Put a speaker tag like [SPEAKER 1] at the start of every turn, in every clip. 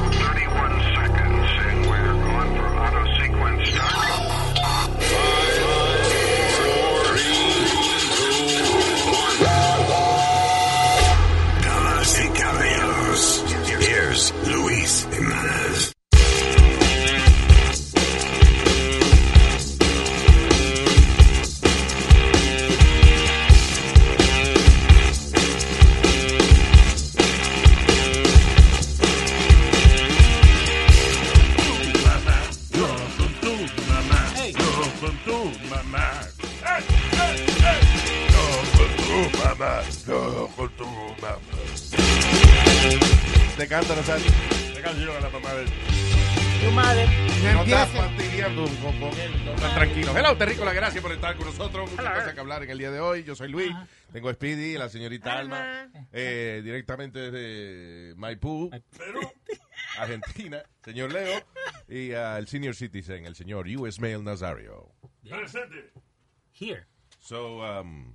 [SPEAKER 1] 31 seconds, and we're going for auto sequence start.
[SPEAKER 2] Damas y caballeros, here's Luis Jimenez.
[SPEAKER 3] Te canta, no sabes. Te canción a la mamá de
[SPEAKER 4] Tu madre.
[SPEAKER 3] No
[SPEAKER 4] No
[SPEAKER 3] estás
[SPEAKER 4] empieces.
[SPEAKER 3] fastidiando con, con él. No estás tranquilo. Hello, Terrícola, gracias por estar con nosotros. Muchas cosas que hablar en el día de hoy. Yo soy Luis. Tengo a Speedy, la señorita Alma, eh, directamente desde Maipú, Perú, Argentina, señor Leo, y al senior citizen, el señor U.S. Mail Nazario.
[SPEAKER 4] Here.
[SPEAKER 3] So, um,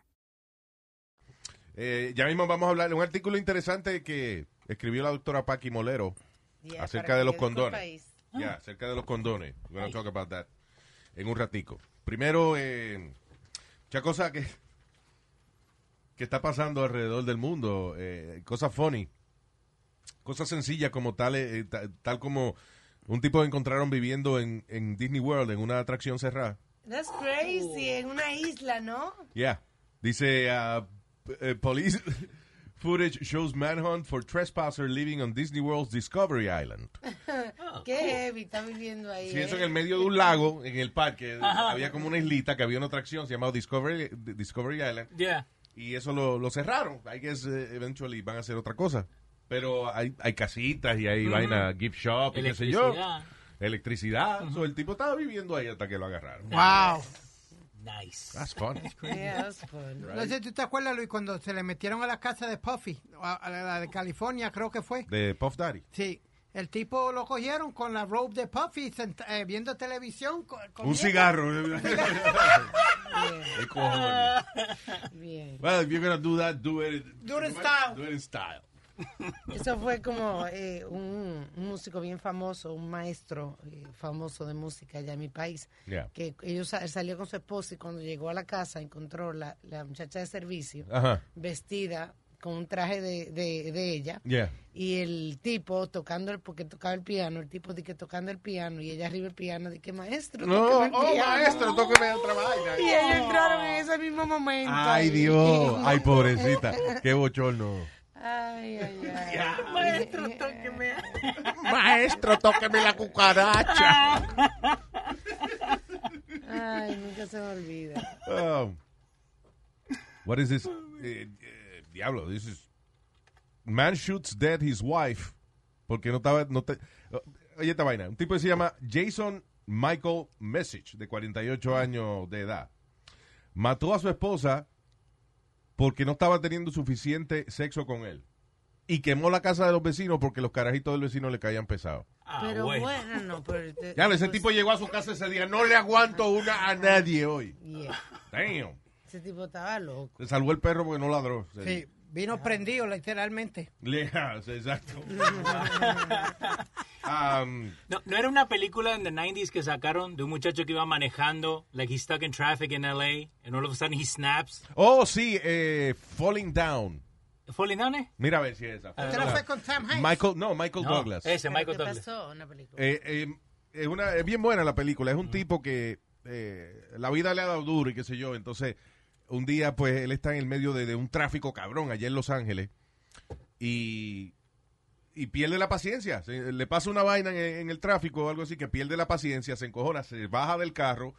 [SPEAKER 3] eh, ya mismo vamos a hablar de un artículo interesante que escribió la doctora Paqui Molero acerca de los condones. Ya, acerca de los condones. We're gonna talk about that en un ratico. Primero, eh, mucha cosa que, que está pasando alrededor del mundo. eh, cosas funny. Cosas sencillas como tal, eh, ta- tal como un tipo encontraron viviendo en, en Disney World, en una atracción cerrada.
[SPEAKER 5] That's crazy, en una isla, ¿no?
[SPEAKER 3] Yeah. Dice, uh, p- eh, police footage shows manhunt for trespasser living on Disney World's Discovery Island.
[SPEAKER 5] Qué heavy, está viviendo ahí.
[SPEAKER 3] Si eso
[SPEAKER 5] ¿eh?
[SPEAKER 3] en el medio de un lago, en el parque, eh, había como una islita que había una atracción se llamaba Discovery, Discovery Island.
[SPEAKER 4] Yeah.
[SPEAKER 3] Y eso lo, lo cerraron. I guess eh, eventually van a hacer otra cosa. Pero hay, hay casitas y hay vaina, gift shop y qué sé yo.
[SPEAKER 4] Electricidad.
[SPEAKER 3] Electricidad. So, el tipo estaba viviendo ahí hasta que lo agarraron.
[SPEAKER 4] Wow. Nice.
[SPEAKER 3] That's funny.
[SPEAKER 5] Yeah, that's fun.
[SPEAKER 4] Right.
[SPEAKER 6] No sé, ¿tú te acuerdas, Luis, cuando se le metieron a la casa de Puffy, a, a la de California, creo que fue?
[SPEAKER 3] De Puff Daddy.
[SPEAKER 6] Sí. El tipo lo cogieron con la robe de Puffy sent- eh, viendo televisión. co-
[SPEAKER 3] Un
[SPEAKER 6] comiendo.
[SPEAKER 3] cigarro. Qué cojones.
[SPEAKER 5] Bien.
[SPEAKER 3] Well, if you're gonna do that, do it.
[SPEAKER 6] Do it in style.
[SPEAKER 3] Do it in style.
[SPEAKER 5] Eso fue como eh, un, un músico bien famoso, un maestro eh, famoso de música allá en mi país,
[SPEAKER 3] Yeah.
[SPEAKER 5] que ellos sa- salió con su esposa y cuando llegó a la casa encontró la, la muchacha de servicio
[SPEAKER 3] Ajá.
[SPEAKER 5] vestida con un traje de, de, de ella.
[SPEAKER 3] Yeah.
[SPEAKER 5] Y el tipo tocando, el, porque tocaba el piano, el tipo de que tocando el piano, y ella arriba el piano, de que maestro,
[SPEAKER 3] No,
[SPEAKER 5] tóqueme el
[SPEAKER 3] oh,
[SPEAKER 5] piano".
[SPEAKER 3] maestro, tóqueme otra vaina.
[SPEAKER 5] Y ellos entraron en ese mismo momento.
[SPEAKER 3] Ay, Dios. Ay, pobrecita. Qué bochorno.
[SPEAKER 5] Ay, ay, ay.
[SPEAKER 4] Maestro, tóqueme.
[SPEAKER 3] Maestro, tóqueme la cucaracha.
[SPEAKER 5] Ay, nunca se me olvida.
[SPEAKER 3] Um, what is this? Eh, eh, diablo, this is. Man shoots dead his wife. Porque no estaba. No te- oye, esta vaina. Un tipo que se llama Jason Michael Message, de 48 años de edad. Mató a su esposa porque no estaba teniendo suficiente sexo con él. Y quemó la casa de los vecinos porque los carajitos del vecino le caían pesados.
[SPEAKER 4] Ah,
[SPEAKER 5] Pero
[SPEAKER 4] bueno.
[SPEAKER 5] bueno, no, pero... te-
[SPEAKER 3] Ya, ese
[SPEAKER 5] pues,
[SPEAKER 3] tipo llegó a su casa ese día. No le aguanto una a nadie hoy.
[SPEAKER 5] yeah.
[SPEAKER 3] Damn.
[SPEAKER 5] Ese tipo estaba loco.
[SPEAKER 3] Se salvó el perro porque no ladró.
[SPEAKER 6] Sí,
[SPEAKER 4] Ah.
[SPEAKER 5] Vino prendido, literalmente.
[SPEAKER 3] Leas, exacto. Um,
[SPEAKER 4] No, no era una película en the 90s que sacaron de un muchacho que iba manejando, like he's stuck in traffic in LA, and all of a sudden he snaps.
[SPEAKER 3] oh, sí, eh, Falling Down.
[SPEAKER 4] Falling down, eh?
[SPEAKER 3] Mira a ver si es esa.
[SPEAKER 5] ¿Usted no fue con Sam Hanks?
[SPEAKER 3] Michael, no, Michael
[SPEAKER 4] No,
[SPEAKER 3] Douglas.
[SPEAKER 4] Ese, Michael
[SPEAKER 7] ¿Qué
[SPEAKER 4] Douglas.
[SPEAKER 7] pasó en la película?
[SPEAKER 3] Eh, eh, es, una, es bien buena la película. Es un tipo que eh, la vida le ha dado duro y qué sé yo. Entonces, un día, pues, él está en el medio de, de un tráfico cabrón allá en Los Ángeles y, y pierde la paciencia. Se- le pasa una vaina en, en el tráfico o algo así que pierde la paciencia, se encojona, se baja del carro,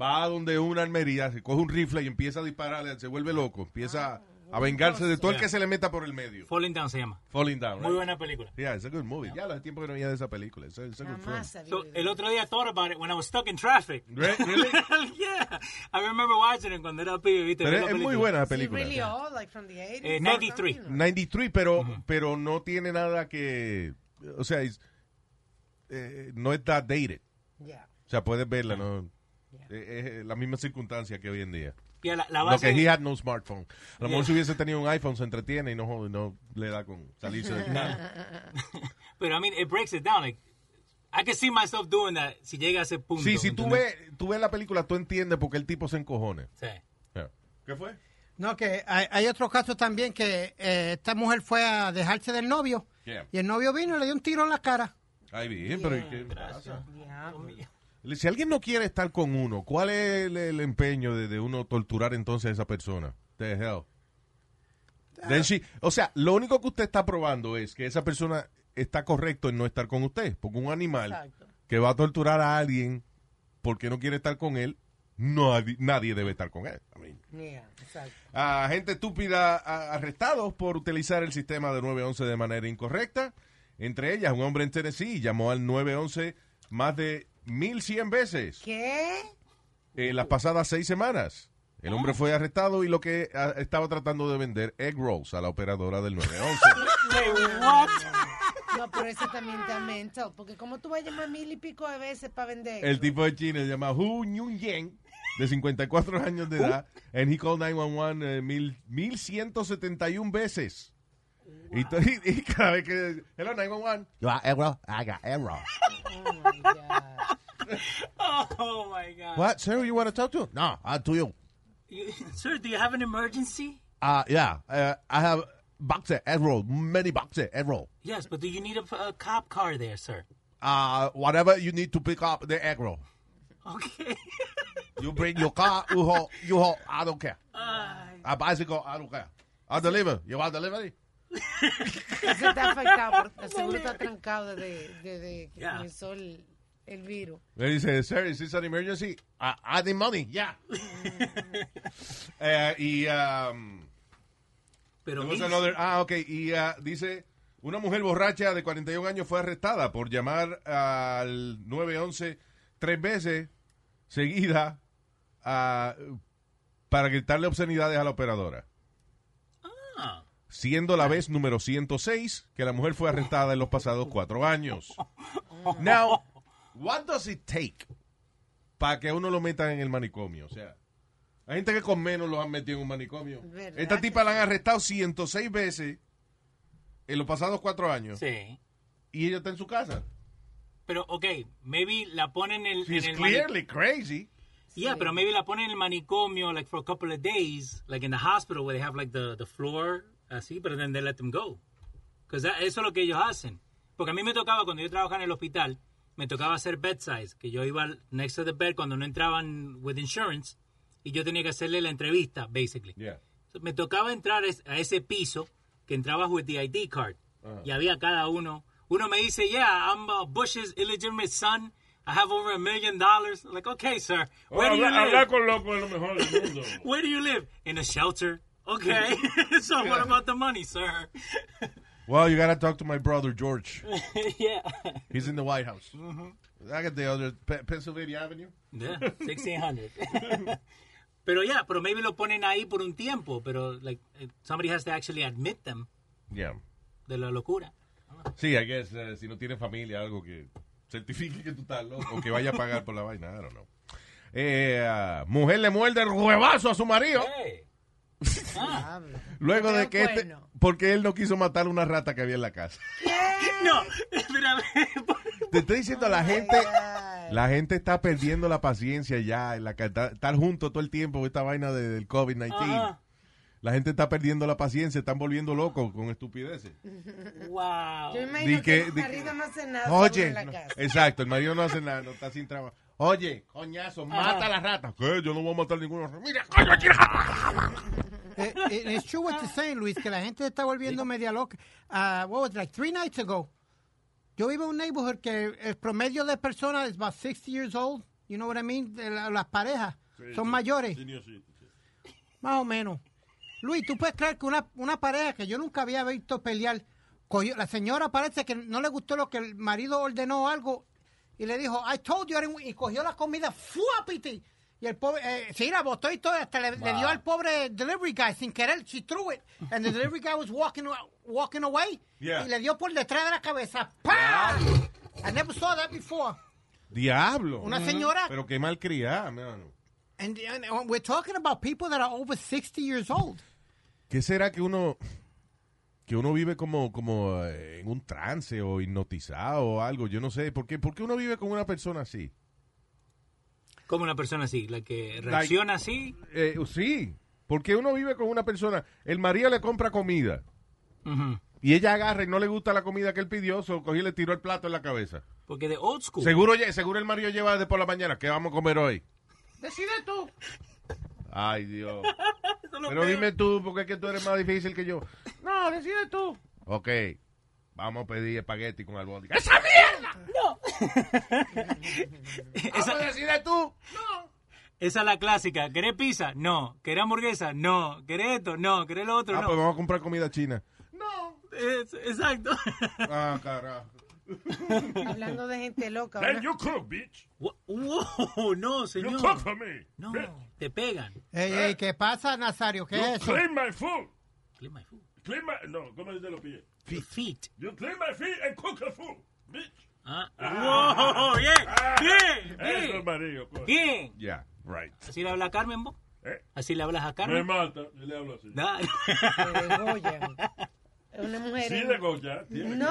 [SPEAKER 3] va a donde una armería, se coge un rifle y empieza a dispararle, se vuelve loco, empieza a vengarse de todo el que se le meta por el medio.
[SPEAKER 4] Falling Down se llama.
[SPEAKER 3] Falling down.
[SPEAKER 4] Muy
[SPEAKER 3] right?
[SPEAKER 4] buena película.
[SPEAKER 3] Yeah, it's a good movie. Ya, hace tiempo que no había de esa película. It's a- it's a good film.
[SPEAKER 7] Jamás sabía.
[SPEAKER 4] So, el otro día I thought about it when I was stuck in traffic.
[SPEAKER 3] Re- really?
[SPEAKER 4] yeah, I remember watching it cuando era pibe, ¿viste?
[SPEAKER 3] Pero
[SPEAKER 4] Ver
[SPEAKER 3] es,
[SPEAKER 4] la
[SPEAKER 3] es muy
[SPEAKER 4] película.
[SPEAKER 3] buena la
[SPEAKER 7] Is it
[SPEAKER 3] película.
[SPEAKER 7] really old, like from the 80s?
[SPEAKER 4] Eh,
[SPEAKER 7] or
[SPEAKER 4] 93.
[SPEAKER 7] something, or-
[SPEAKER 3] 93, pero, pero no tiene nada que... O sea, es- eh, no está dated.
[SPEAKER 7] Yeah.
[SPEAKER 3] O sea, puedes verla, ¿no? Eh, Es la misma circunstancia que hoy en día.
[SPEAKER 4] Yeah, la, la
[SPEAKER 3] Lo
[SPEAKER 4] base
[SPEAKER 3] que he had no smartphone. A lo mejor si hubiese tenido un iPhone se entretiene y no, jode- no le da con salirse de
[SPEAKER 4] Pero I mean, it breaks it down. Like, I can see myself doing that si llega a ese punto.
[SPEAKER 3] Sí, si tú
[SPEAKER 4] ¿entendés?
[SPEAKER 3] ves, tú ves la película, tú entiendes por qué el tipo se encojone.
[SPEAKER 4] Sí.
[SPEAKER 3] Yeah. ¿Qué fue?
[SPEAKER 5] No, que hay, hay otro caso también que eh, esta mujer fue a dejarse del novio
[SPEAKER 3] Yeah.
[SPEAKER 5] y el novio vino y le dio un tiro en la cara.
[SPEAKER 3] Ay, bien, pero ¿y qué pasa?
[SPEAKER 7] Yeah.
[SPEAKER 3] Si alguien no quiere estar con uno, ¿cuál es el, el empeño de, de uno torturar entonces a esa persona? The hell. Then she- o sea, lo único que usted está probando es que esa persona está correcto en no estar con usted. Porque un animal
[SPEAKER 7] Exacto.
[SPEAKER 3] que va a torturar a alguien porque no quiere estar con él, no, hay- nadie debe estar con él. I mean,
[SPEAKER 7] Yeah, exacto.
[SPEAKER 3] a gente estúpida a- arrestados por utilizar el sistema de 911 de manera incorrecta. Entre ellas, un hombre en Tennessee llamó al 911 más de 1100 veces
[SPEAKER 7] ¿Qué? Ah.
[SPEAKER 3] en las pasadas seis semanas. El hombre fue arrestado y lo que ah, estaba tratando de vender egg rolls a la operadora del 911.
[SPEAKER 7] No, pero eso también está mental. Porque como tú vas a llamar mil y pico de veces para vender.
[SPEAKER 3] El tipo de China se llama Hu Nyun Yen, de 54 años de edad, and he called 911 eh, mil- 1171 veces. Y, to- y- y cada vez que. Hello, 911. You are "Ah, error, I got error.
[SPEAKER 4] Oh my God.
[SPEAKER 3] What, sir, you want to talk to? No, I'll to you.
[SPEAKER 4] You- sir, do you have an emergency?
[SPEAKER 3] Uh, yeah, uh, I have boxer, egg roll, many boxer, egg roll.
[SPEAKER 4] Yes, but do you need a, a cop car there, sir?
[SPEAKER 3] Uh, whatever you need to pick up the egg roll.
[SPEAKER 4] Okay.
[SPEAKER 3] You bring your car, you haul, you haul, I don't care. A bicycle, I don't care. I'll deliver. You want delivery?
[SPEAKER 7] Eso está afectado. porque seguro está trancado desde, desde que
[SPEAKER 4] Yeah.
[SPEAKER 7] comenzó el, el virus.
[SPEAKER 3] Le dice, sir, is this an emergency? I, I need money, yeah. Eh, y um,
[SPEAKER 4] Pero
[SPEAKER 3] there was
[SPEAKER 4] mil-
[SPEAKER 3] another- ah, ok, y ah, dice, una mujer borracha de 41 años fue arrestada por llamar al 911 tres veces seguida ah, para gritarle obscenidades a la operadora.
[SPEAKER 4] Ah.
[SPEAKER 3] siendo la vez número 106 que la mujer fue arrestada en los pasados cuatro años. Now, what does it take para que a uno lo metan en el manicomio? O sea, hay gente que con menos los han metido en un manicomio.
[SPEAKER 7] ¿Verdad
[SPEAKER 3] Esta
[SPEAKER 7] que
[SPEAKER 3] tipa la han arrestado 106 veces en los pasados cuatro años
[SPEAKER 4] Sí.
[SPEAKER 3] y ella está en su casa.
[SPEAKER 4] Pero, okay, maybe la ponen en, en
[SPEAKER 3] She's
[SPEAKER 4] el manicomio.
[SPEAKER 3] clearly crazy.
[SPEAKER 4] Yeah, pero maybe la ponen en el manicomio like for a couple of days, like in the hospital where they have like the, the floor así, but then they let them go. Because eso es lo que ellos hacen. Porque a mí me tocaba cuando yo trabajaba en el hospital, me tocaba hacer bedside, que yo iba al- next to the bed cuando no entraban with insurance y yo tenía que hacerle la entrevista, basically.
[SPEAKER 3] Yeah.
[SPEAKER 4] So, Me tocaba entrar es- a ese piso que entrabas with the ID card. Y había cada uno. Uno me dice, yeah, I'm uh, Bush's illegitimate son. I have over a million dollars. Like, okay, sir. Where do you live?
[SPEAKER 3] con loco es lo mejor del mundo.
[SPEAKER 4] Where do you live? In a shelter. Okay. so what about the money, sir?
[SPEAKER 3] Well, you gotta talk to my brother, George.
[SPEAKER 4] yeah.
[SPEAKER 3] He's in the White House.
[SPEAKER 4] Mm-hmm.
[SPEAKER 3] I got the other Pe- Pennsylvania Avenue.
[SPEAKER 4] Yeah, 1600. pero yeah, pero maybe lo ponen ahí por un tiempo, pero like eh, somebody has to actually admit them
[SPEAKER 3] Yeah.
[SPEAKER 4] de la locura.
[SPEAKER 3] Sí, I guess, eh, si no tiene familia, algo que certifique que tú estás loco o que vaya a pagar por la vaina, I don't know. Eh, ah, mujer le muerde el huevazo a su marido.
[SPEAKER 4] Hey.
[SPEAKER 7] Diablo.
[SPEAKER 3] Luego
[SPEAKER 8] Pero
[SPEAKER 3] de que este-
[SPEAKER 8] bueno.
[SPEAKER 3] porque él no quiso matar una rata que había en la casa.
[SPEAKER 4] No, espérame.
[SPEAKER 3] Te estoy diciendo, la gente, la gente está perdiendo la paciencia ya, en la ca- ta- estar junto todo el tiempo con esta vaina de- del COVID-19.
[SPEAKER 4] Ajá.
[SPEAKER 3] La gente está perdiendo la paciencia, están volviendo locos con estupideces.
[SPEAKER 4] Wow.
[SPEAKER 7] Yo me imagino
[SPEAKER 3] Di
[SPEAKER 7] que,
[SPEAKER 3] que-
[SPEAKER 7] el
[SPEAKER 3] di
[SPEAKER 7] marido
[SPEAKER 3] que-
[SPEAKER 7] no hace nada seguro
[SPEAKER 3] Oye,
[SPEAKER 7] en la
[SPEAKER 3] no-
[SPEAKER 7] casa.
[SPEAKER 3] exacto, el marido no hace nada, no está sin trabajo. Oye, coñazo, mata a la rata. ¿Qué? Yo no voy a matar ninguna rata. Mira, coño, aquí
[SPEAKER 5] Eh, it- it's true what you're saying, Luis, que la gente está volviendo media loca. Ah, what was it, like three nights ago? Yo vivo en un neighborhood que el promedio de personas es about 60 years old. You know what I mean? De la- las parejas son mayores. Más o menos. Luis, tú puedes creer que una, una pareja que yo nunca había visto pelear, cogió- la señora parece que no le gustó lo que el marido ordenó o algo y le dijo, I told you, I didn't- y cogió la comida, fuapiti. Y el pobre, eh, sí, la botó y todo, hasta le, le dio al pobre delivery guy sin querer, she threw it. And the delivery guy was walking, walking away
[SPEAKER 3] Yeah.
[SPEAKER 5] y le dio por detrás de la cabeza. ¡Pah! I never saw that before.
[SPEAKER 3] Diablo. Mm.
[SPEAKER 5] Una señora
[SPEAKER 3] Pero qué mal mano.
[SPEAKER 5] And, and we're talking about people that are over 60 years old.
[SPEAKER 3] ¿Qué será que uno que uno vive como como eh, en un trance o hipnotizado o algo? Yo no sé por qué por qué uno vive con una persona así.
[SPEAKER 4] Como una persona así, la que reacciona así.
[SPEAKER 3] Eh, sí, porque uno vive con una persona. El marido le compra comida
[SPEAKER 4] Ujú.
[SPEAKER 3] y ella agarra y no le gusta la comida que él pidió, so cogió y le tiró el plato en la cabeza.
[SPEAKER 4] Porque de old school.
[SPEAKER 3] Seguro lle- seguro el marido lleva desde por la mañana, ¿qué vamos a comer hoy?
[SPEAKER 5] Decide tú.
[SPEAKER 3] Ay, Dios. Pero dime tú, porque es que tú eres más difícil que yo.
[SPEAKER 5] No, decide tú.
[SPEAKER 3] Ok, vamos a pedir espagueti con albóndiga.
[SPEAKER 4] esa,
[SPEAKER 3] tú?
[SPEAKER 4] esa es la clásica. ¿Querés pizza? No. ¿Querés hamburguesa? No. ¿Querés esto? No. ¿Querés lo otro?
[SPEAKER 3] Ah,
[SPEAKER 4] no.
[SPEAKER 3] pues vamos a comprar comida china.
[SPEAKER 4] Es- exacto.
[SPEAKER 3] Ah, carajo.
[SPEAKER 7] Hablando de gente loca.
[SPEAKER 9] Then
[SPEAKER 7] una-
[SPEAKER 9] you cook, bitch.
[SPEAKER 4] Wo- Wow, no,
[SPEAKER 9] You cook
[SPEAKER 4] señor.
[SPEAKER 9] for me.
[SPEAKER 4] No, te pegan.
[SPEAKER 5] Ey, ey, ¿qué pasa, Nazario? ¿Qué
[SPEAKER 9] You
[SPEAKER 5] es eso?
[SPEAKER 9] clean my food.
[SPEAKER 4] Clean my food.
[SPEAKER 9] Clean my... No, ¿cómo dice los pies?
[SPEAKER 4] Feet. Feet.
[SPEAKER 9] You clean my feet and cook the food, bitch.
[SPEAKER 4] Ah. Wow, yeah, bien,
[SPEAKER 9] Eso
[SPEAKER 4] bien,
[SPEAKER 9] es marido, pues. coño.
[SPEAKER 4] bien.
[SPEAKER 3] Yeah, right.
[SPEAKER 4] Así le habla a Carmen, vos.
[SPEAKER 9] ¿Eh?
[SPEAKER 4] Así le hablas a
[SPEAKER 9] Me
[SPEAKER 4] Carmen.
[SPEAKER 9] mata, yo le hablo así.
[SPEAKER 4] Da-
[SPEAKER 7] que degollan. Una mujer.
[SPEAKER 9] Sí,
[SPEAKER 7] en-
[SPEAKER 9] de Goya. tiene
[SPEAKER 7] No,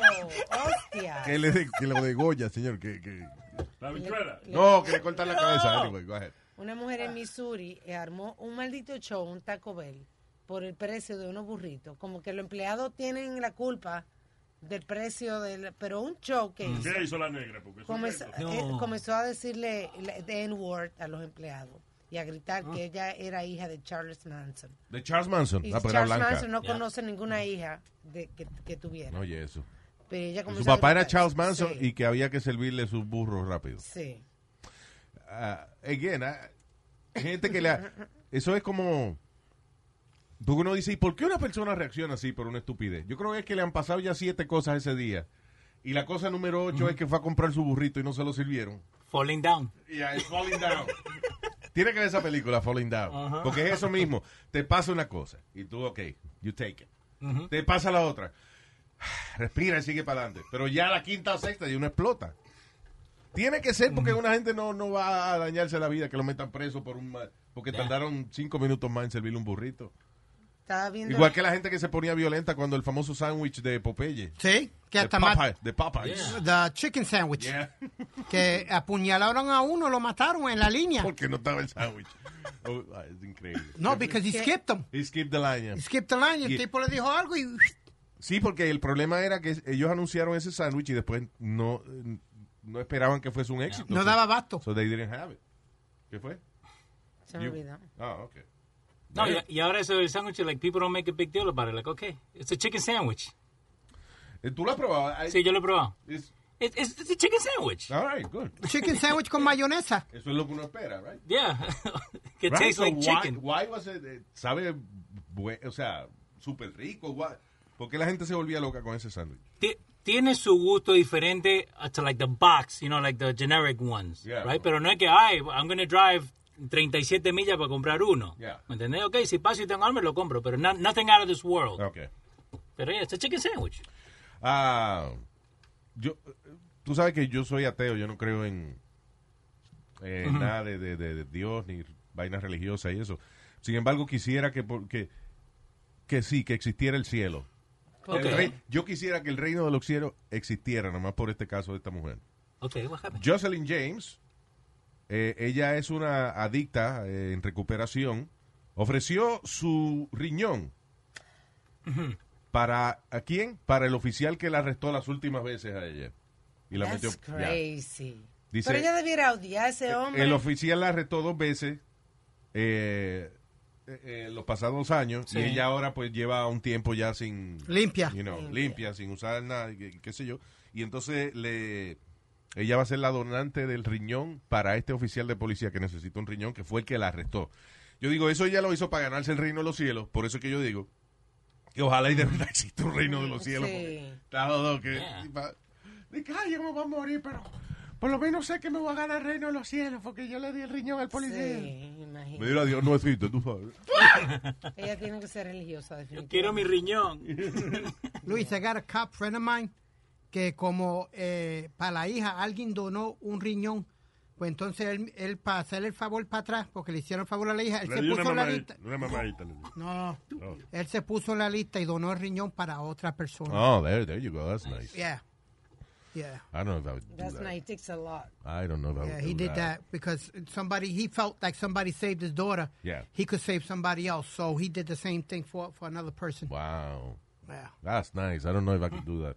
[SPEAKER 7] hostia.
[SPEAKER 3] Que, le de- que lo degolla, señor. Que, que...
[SPEAKER 9] que- La bichuela.
[SPEAKER 3] No, que le cortan la cabeza. Anyway, go ahead.
[SPEAKER 7] Una mujer en Missouri eh, armó un maldito show, un Taco Bell, por el precio de unos burritos. Como que los empleados tienen la culpa del precio del... Pero un show que hizo,
[SPEAKER 9] ¿Qué hizo la negra? Porque eso
[SPEAKER 7] comenzó,
[SPEAKER 9] es-
[SPEAKER 4] No.
[SPEAKER 7] eh, comenzó a decirle la- the N-word a los empleados y a gritar
[SPEAKER 9] Ah.
[SPEAKER 7] que ella era hija de Charles Manson.
[SPEAKER 3] De Charles Manson.
[SPEAKER 7] Y
[SPEAKER 3] Ah, pero era
[SPEAKER 7] Charles
[SPEAKER 3] blanca.
[SPEAKER 7] Manson no
[SPEAKER 4] Ya.
[SPEAKER 7] conoce ninguna hija de, que, que tuviera.
[SPEAKER 3] Oye, eso.
[SPEAKER 7] Pero ella
[SPEAKER 3] Su
[SPEAKER 7] comenzó a
[SPEAKER 3] papá era
[SPEAKER 7] gritar.
[SPEAKER 3] Charles Manson
[SPEAKER 7] Sí,
[SPEAKER 3] y que había que servirle sus burros rápido.
[SPEAKER 7] Sí.
[SPEAKER 3] Ah, again, ah, gente que le... ha- Eso es como... Porque uno dice, ¿y por qué una persona reacciona así por una estupidez? Yo creo que es que le han pasado ya siete cosas ese día. Y la cosa número ocho es que fue a comprar su burrito y no se lo sirvieron.
[SPEAKER 4] Falling down.
[SPEAKER 3] Yeah, it's falling down. Tiene que ver esa película, Falling Down. Porque es eso mismo. Te pasa una cosa y tú, ok, you take it. Te pasa la otra. Respira y sigue para adelante. Pero ya la quinta o sexta y uno explota. Tiene que ser porque una gente no, no va a dañarse la vida que lo metan preso por un mal- porque tardaron cinco minutos más en servirle un burrito.
[SPEAKER 7] Estaba viendo...
[SPEAKER 3] Igual que la gente que se ponía violenta cuando el famoso sándwich de Popeye.
[SPEAKER 5] Sí, que
[SPEAKER 3] De
[SPEAKER 5] hasta más.
[SPEAKER 3] Popeye. De Popeyes.
[SPEAKER 5] The chicken sandwich.
[SPEAKER 3] Yeah.
[SPEAKER 5] Que apuñalaron a uno, lo mataron en la línea.
[SPEAKER 3] Porque no estaba el sándwich. Oh, ah, es increíble.
[SPEAKER 5] No, because he skipped them.
[SPEAKER 3] He skipped the line. yeah.
[SPEAKER 5] He skipped the line. y El
[SPEAKER 3] Yeah.
[SPEAKER 5] tipo le dijo algo y...
[SPEAKER 3] Sí, porque el problema era que ellos anunciaron ese sándwich y después no, no esperaban que fuese un éxito.
[SPEAKER 5] No daba abasto.
[SPEAKER 3] So they didn't have it. ¿Qué fue?
[SPEAKER 7] Se me
[SPEAKER 3] You-
[SPEAKER 7] olvidó.
[SPEAKER 3] Ah, ok.
[SPEAKER 4] No, y, y ahora eso del sándwich, like, people don't make a big deal about it. Like, okay, it's a chicken sandwich.
[SPEAKER 3] Eh, ¿Tú lo has probado? I-
[SPEAKER 4] Sí, yo lo he probado.
[SPEAKER 3] it's-
[SPEAKER 4] It's, it's, it's a chicken sandwich.
[SPEAKER 3] all right, good.
[SPEAKER 5] Chicken sandwich con mayonesa.
[SPEAKER 3] Eso es lo que uno espera, right?
[SPEAKER 4] Yeah.
[SPEAKER 3] Right,
[SPEAKER 4] it tastes
[SPEAKER 3] so
[SPEAKER 4] like
[SPEAKER 3] why-
[SPEAKER 4] chicken.
[SPEAKER 3] Why was it, eh, sabe, bue- o sea, súper rico. why- ¿Por qué la gente se volvía loca con ese sándwich?
[SPEAKER 4] Ti- Tiene su gusto diferente to like the box, you know, like the generic ones,
[SPEAKER 3] Yeah.
[SPEAKER 4] right? Pero no es que, ay, I'm going to drive 37 millas para comprar uno.
[SPEAKER 3] Yeah.
[SPEAKER 4] ¿Me entendés? Ok, si paso y tengo hambre, lo compro, pero no- nothing out of this world.
[SPEAKER 3] Okay.
[SPEAKER 4] Pero yeah, it's a chicken sandwich.
[SPEAKER 3] Ah, yo, tú sabes que yo soy ateo, yo no creo en eh, nada de, de- de- de Dios ni vainas religiosas y eso. Sin embargo, quisiera que, por- que, que sí, que existiera el cielo.
[SPEAKER 4] Ok.
[SPEAKER 3] El rey- yo quisiera que el reino de los cielos existiera, nomás por este caso de esta mujer.
[SPEAKER 4] Ok, what happened?
[SPEAKER 3] Jocelyn James, eh, ella es una adicta eh, en recuperación, ofreció su riñón para ¿a quién? Para el oficial que la arrestó las últimas veces a ella. Y la
[SPEAKER 7] That's
[SPEAKER 3] metió- ya.
[SPEAKER 7] crazy.
[SPEAKER 3] Dice-
[SPEAKER 7] Pero ella debiera odiar a ese hombre.
[SPEAKER 3] Eh, El oficial la arrestó dos veces eh, eh, eh, los pasados años
[SPEAKER 4] Sí.
[SPEAKER 3] y ella ahora pues lleva un tiempo ya sin
[SPEAKER 5] Limpia.
[SPEAKER 3] you know, limpia. sin usar nada, qué, qué sé yo. Y entonces le ella va a ser la donante del riñón para este oficial de policía que necesita un riñón, que fue el que la arrestó. Yo digo, eso ella lo hizo para ganarse el reino de los cielos, por eso que yo digo que ojalá y de verdad exista un reino de los cielos.
[SPEAKER 7] Sí.
[SPEAKER 3] porque está todo que... De que, ay, yo me voy a morir, pero por lo menos sé que me voy a ganar el reino de los cielos porque yo le di el riñón al policía.
[SPEAKER 7] Sí, imagínate.
[SPEAKER 3] Mira, Dios no existe, tú sabes.
[SPEAKER 7] Ella tiene que ser religiosa,
[SPEAKER 4] Yo quiero mi
[SPEAKER 7] definitivamente.
[SPEAKER 4] riñón.
[SPEAKER 5] Luis, I got a cop friend of mine que como eh, para la hija alguien donó un riñón, pues entonces él, él para hacer el favor para atrás, porque le hicieron el favor a la hija, él
[SPEAKER 9] Le
[SPEAKER 5] se
[SPEAKER 9] di
[SPEAKER 5] puso
[SPEAKER 9] una
[SPEAKER 5] en la
[SPEAKER 9] mamadita.
[SPEAKER 5] lista.
[SPEAKER 9] Una mamadita le di.
[SPEAKER 5] No, no.
[SPEAKER 9] Oh.
[SPEAKER 5] Él se puso en la lista y donó el riñón para otra persona.
[SPEAKER 3] Oh, there, there you go, that's nice.
[SPEAKER 5] Yeah. Yeah.
[SPEAKER 3] I don't know if I would do
[SPEAKER 7] That's
[SPEAKER 3] that.
[SPEAKER 7] nice. It takes a lot.
[SPEAKER 3] I don't know if I
[SPEAKER 5] Yeah,
[SPEAKER 3] would
[SPEAKER 5] he
[SPEAKER 3] do
[SPEAKER 5] did that because somebody he felt like somebody saved his daughter.
[SPEAKER 3] Yeah.
[SPEAKER 5] He could save somebody else, so he did the same thing for for another person.
[SPEAKER 3] Wow.
[SPEAKER 5] Yeah.
[SPEAKER 3] That's nice. I don't know if I could do that.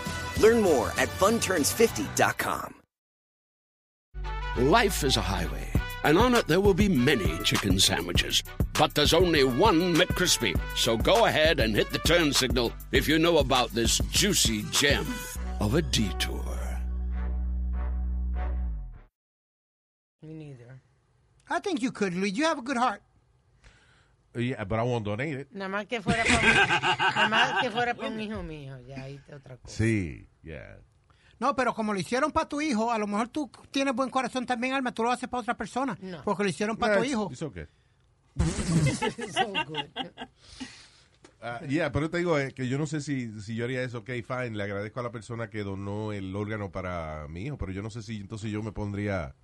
[SPEAKER 8] Learn more at funturns50.com.
[SPEAKER 2] Life is a highway, and on it there will be many chicken sandwiches. But there's only one McCrispy. So go ahead and hit the turn signal if you know about this juicy gem of a detour.
[SPEAKER 7] Me neither.
[SPEAKER 5] I think you could, Luis. You have a good heart.
[SPEAKER 3] Yeah, but I won't donate it.
[SPEAKER 7] Nada más que fuera para nada más que fuera para un hijo mío, ya ahí está otra cosa.
[SPEAKER 3] Sí, yeah.
[SPEAKER 5] No, pero como lo hicieron para tu hijo, a lo mejor tú tienes buen corazón también, Alma. Tú lo haces para otra persona.
[SPEAKER 7] No.
[SPEAKER 5] Porque lo hicieron para tu
[SPEAKER 3] it's-
[SPEAKER 5] hijo.
[SPEAKER 3] It's okay.
[SPEAKER 7] It's all good.
[SPEAKER 3] Ah, yeah, pero te digo eh, que yo no sé si, si yo haría eso. Ok, fine, le agradezco a la persona que donó el órgano para mi hijo, pero yo no sé si entonces yo me pondría...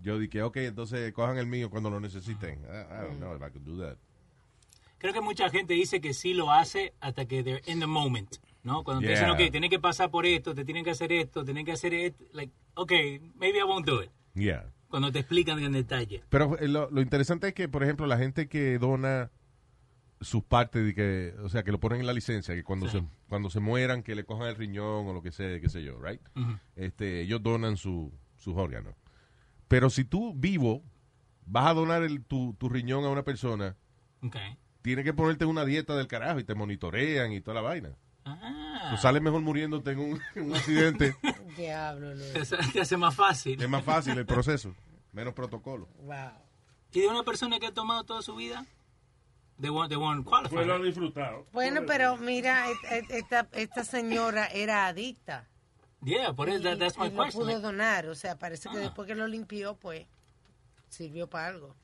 [SPEAKER 3] Yo dije, ok, entonces cojan el mío cuando lo necesiten. I, I don't know if I could do that.
[SPEAKER 4] Creo que mucha gente dice que sí lo hace hasta que they're in the moment, ¿no? Cuando te dicen,
[SPEAKER 3] Yeah.
[SPEAKER 4] ok, tienes que pasar por esto, te tienen que hacer esto, tienen que hacer esto, like, ok, maybe I won't do it.
[SPEAKER 3] Yeah.
[SPEAKER 4] Cuando te explican en detalle.
[SPEAKER 3] Pero eh, lo, lo interesante es que, por ejemplo, la gente que dona sus partes, de que, o sea, que lo ponen en la licencia, que cuando, se, cuando se mueran, que le cojan el riñón o lo que sea, qué sé yo, right? este, ellos donan su- sus órganos. Pero si tú vivo vas a donar el- tu, tu riñón a una persona,
[SPEAKER 4] Ok.
[SPEAKER 3] tiene que ponerte una dieta del carajo y te monitorean y toda la vaina.
[SPEAKER 4] Ah,
[SPEAKER 3] Tú sales mejor muriéndote en un, en un accidente.
[SPEAKER 7] Diablo, Luis.
[SPEAKER 4] te hace- te hace más fácil.
[SPEAKER 3] es más fácil el proceso, menos protocolo.
[SPEAKER 7] Wow.
[SPEAKER 4] ¿Y de una persona que ha tomado toda su vida? They won't, they won't qualify.
[SPEAKER 9] Pues lo ha disfrutado. Pues,
[SPEAKER 7] Bueno, pero mira, et- et- esta, esta señora era adicta
[SPEAKER 4] Yeah, por eso, that- that's my
[SPEAKER 7] y no
[SPEAKER 4] question.
[SPEAKER 7] pudo donar, o sea, parece que
[SPEAKER 4] Ah.
[SPEAKER 7] después que lo limpió, pues sirvió para algo.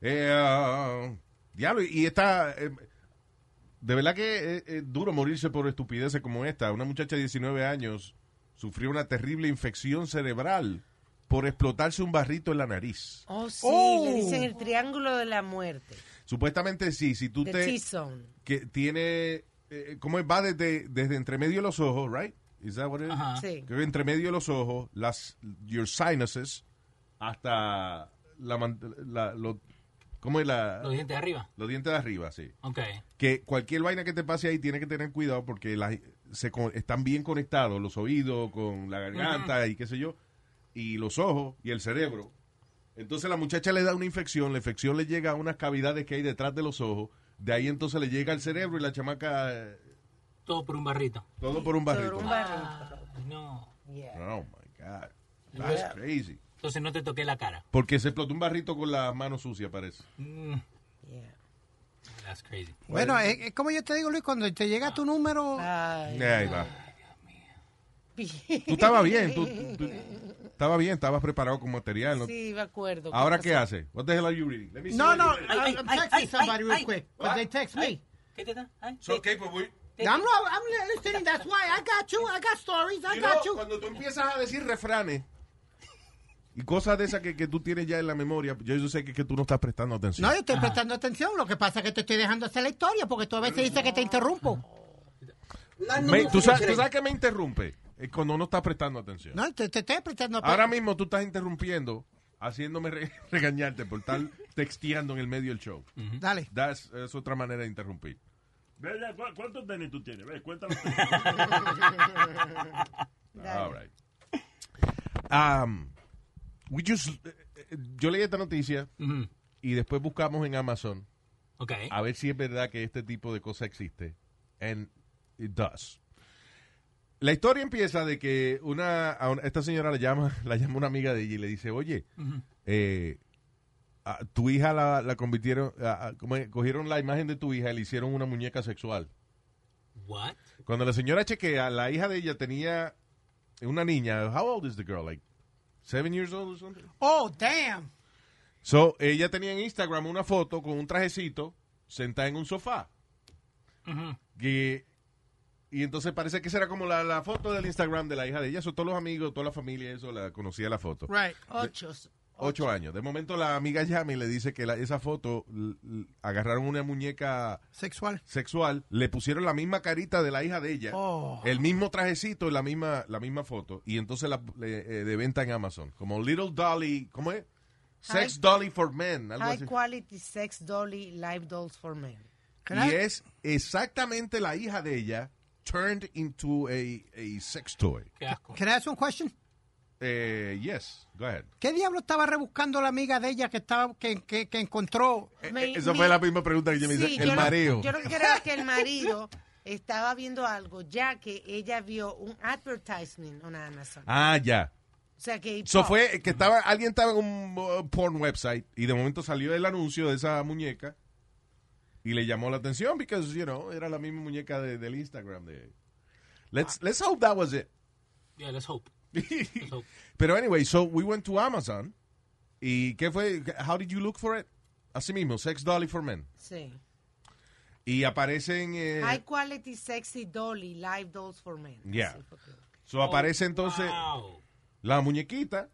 [SPEAKER 3] Eh, ah, diablo, y está... eh, de verdad que es, es duro morirse por estupideces como esta. Una muchacha de 19 años sufrió una terrible infección cerebral por explotarse un barrito en la nariz.
[SPEAKER 7] Oh, sí, le dicen
[SPEAKER 3] Oh.
[SPEAKER 7] el triángulo de la muerte,
[SPEAKER 3] Supuestamente sí, si tú
[SPEAKER 7] the
[SPEAKER 3] te
[SPEAKER 7] T-zone.
[SPEAKER 3] que tiene eh, cómo es? va desde desde entre medio de los ojos, right? Is that what it is?
[SPEAKER 4] Ajá.
[SPEAKER 7] Sí.
[SPEAKER 3] Creo que entre medio de los ojos, las your sinuses hasta la, man- la- lo- ¿cómo es la
[SPEAKER 4] Los dientes de arriba.
[SPEAKER 3] los dientes de arriba, sí.
[SPEAKER 4] Ok.
[SPEAKER 3] Que cualquier vaina que te pase ahí tienes que tener cuidado porque las- se con- están bien conectados los oídos con la garganta y qué sé yo, y los ojos y el cerebro. Entonces la muchacha le da una infección, la infección le llega a unas cavidades que hay detrás de los ojos, de ahí entonces le llega al cerebro y la chamaca eh,
[SPEAKER 4] Todo por un barrito.
[SPEAKER 3] todo por un
[SPEAKER 7] Sobre
[SPEAKER 3] barrito.
[SPEAKER 7] un barrito.
[SPEAKER 4] Ay, No.
[SPEAKER 7] Yeah.
[SPEAKER 3] Oh my god. That's crazy.
[SPEAKER 4] Entonces no te toqué la cara.
[SPEAKER 3] Porque se explotó un barrito con las manos sucias, parece.
[SPEAKER 4] Mm,
[SPEAKER 7] Yeah.
[SPEAKER 4] That's crazy.
[SPEAKER 5] Bueno, es, es como yo te digo, Luis, cuando te llega
[SPEAKER 7] Ah.
[SPEAKER 5] tu número...
[SPEAKER 3] Ahí va. Tú estabas bien, tú, tú- estaba bien, estabas preparado con material. ¿no?
[SPEAKER 7] Sí, me acuerdo.
[SPEAKER 3] Ahora, ¿qué hace? What the hell are you reading? Let me see
[SPEAKER 5] No,
[SPEAKER 3] what
[SPEAKER 5] no,
[SPEAKER 3] you're reading.
[SPEAKER 5] I, I'm texting somebody real quick, but they text me.
[SPEAKER 3] So, okay, pues voy-
[SPEAKER 5] I'm, not- I'm listening, that's why I got you, I got stories, I
[SPEAKER 3] You
[SPEAKER 5] got
[SPEAKER 3] know,
[SPEAKER 5] you.
[SPEAKER 3] Cuando tú empiezas a decir refranes y cosas de esas que, que tú tienes ya en la memoria, yo, yo sé que, que tú no estás prestando atención.
[SPEAKER 5] No, yo estoy prestando atención, lo que pasa es que te estoy dejando hacer la historia, porque tú a veces dices que te interrumpo.
[SPEAKER 3] Me- tú, sabes, tú sabes que me interrumpe eh, cuando no estás prestando atención.
[SPEAKER 5] No, pues. te, te estoy prestando...
[SPEAKER 3] Ahora mismo tú estás interrumpiendo, haciéndome re- regañarte por estar texteando en el medio del show.
[SPEAKER 7] Mm.
[SPEAKER 5] Dale.
[SPEAKER 3] That's- es otra manera de interrumpir.
[SPEAKER 9] Ve, ya, ¿cu- ¿Cuántos tenis tú tienes? Ve, cuéntalo.
[SPEAKER 3] All right. Um, we just, eh, eh, yo leí esta noticia y después buscamos en Amazon
[SPEAKER 4] Okay.
[SPEAKER 3] a ver si es verdad que este tipo de cosa existe. And it does. La historia empieza de que una, a una- esta señora la llama, la llama una amiga de ella y le dice, oye,
[SPEAKER 4] Ujú.
[SPEAKER 3] eh, a- tu hija la, la convirtieron, a- a- ¿cómo es? cogieron la imagen de tu hija y le hicieron una muñeca sexual.
[SPEAKER 4] What?
[SPEAKER 3] Cuando la señora chequea, la hija de ella tenía una niña. How old is the girl? Like seven years old or something.
[SPEAKER 5] Oh, damn.
[SPEAKER 3] So ella tenía en Instagram una foto con un trajecito sentada en un sofá. Que- y entonces parece que esa era como la, la foto del Instagram de la hija de ella. Eso todos los amigos, toda la familia, eso la conocía la foto.
[SPEAKER 5] Right.
[SPEAKER 7] Ochos.
[SPEAKER 3] Ocho años. De momento la amiga llama y le dice que la- esa foto l- l- agarraron una muñeca
[SPEAKER 5] Sexual.
[SPEAKER 3] sexual, le pusieron la misma carita de la hija de ella,
[SPEAKER 5] Oh.
[SPEAKER 3] el mismo trajecito y la misma, la misma foto, y entonces la le- eh, de venta en Amazon. Como Little Dolly, ¿cómo es? Sex
[SPEAKER 7] High-
[SPEAKER 3] Dolly for Men, algo
[SPEAKER 7] High
[SPEAKER 3] así.
[SPEAKER 7] quality sex dolly live dolls for men.
[SPEAKER 3] Y es exactamente la hija de ella turned into a, a sex toy.
[SPEAKER 4] Qué asco.
[SPEAKER 5] Can I ask one question?
[SPEAKER 3] Eh, yes, go ahead.
[SPEAKER 5] ¿Qué diablo estaba rebuscando la amiga de ella que estaba que, que, que encontró?
[SPEAKER 7] Me-
[SPEAKER 3] Esa
[SPEAKER 7] me-
[SPEAKER 3] fue la misma pregunta que yo me
[SPEAKER 7] Sí,
[SPEAKER 3] hice.
[SPEAKER 7] yo
[SPEAKER 3] El
[SPEAKER 7] lo-
[SPEAKER 3] mareo.
[SPEAKER 7] yo lo que creo es que el marido estaba viendo algo, ya que ella vio un advertisement en Amazon.
[SPEAKER 3] Ah, ya.
[SPEAKER 7] O sea que.
[SPEAKER 3] Eso fue que estaba, alguien estaba en un uh, porn website y de momento salió el anuncio de esa muñeca y le llamó la atención because, you know, era la misma muñeca de- del Instagram de... Let's, let's hope that was it.
[SPEAKER 4] Yeah, let's hope. Let's hope.
[SPEAKER 3] Pero anyway, so we went to Amazon y ¿qué fue? How did you look for it? Así mismo, Sex Dolly for Men.
[SPEAKER 7] Sí.
[SPEAKER 3] Y aparecen... eh,
[SPEAKER 7] High quality sexy dolly live dolls for men.
[SPEAKER 3] Yeah.
[SPEAKER 7] Así fue que-
[SPEAKER 3] so aparece entonces...
[SPEAKER 4] Wow.
[SPEAKER 3] la muñequita,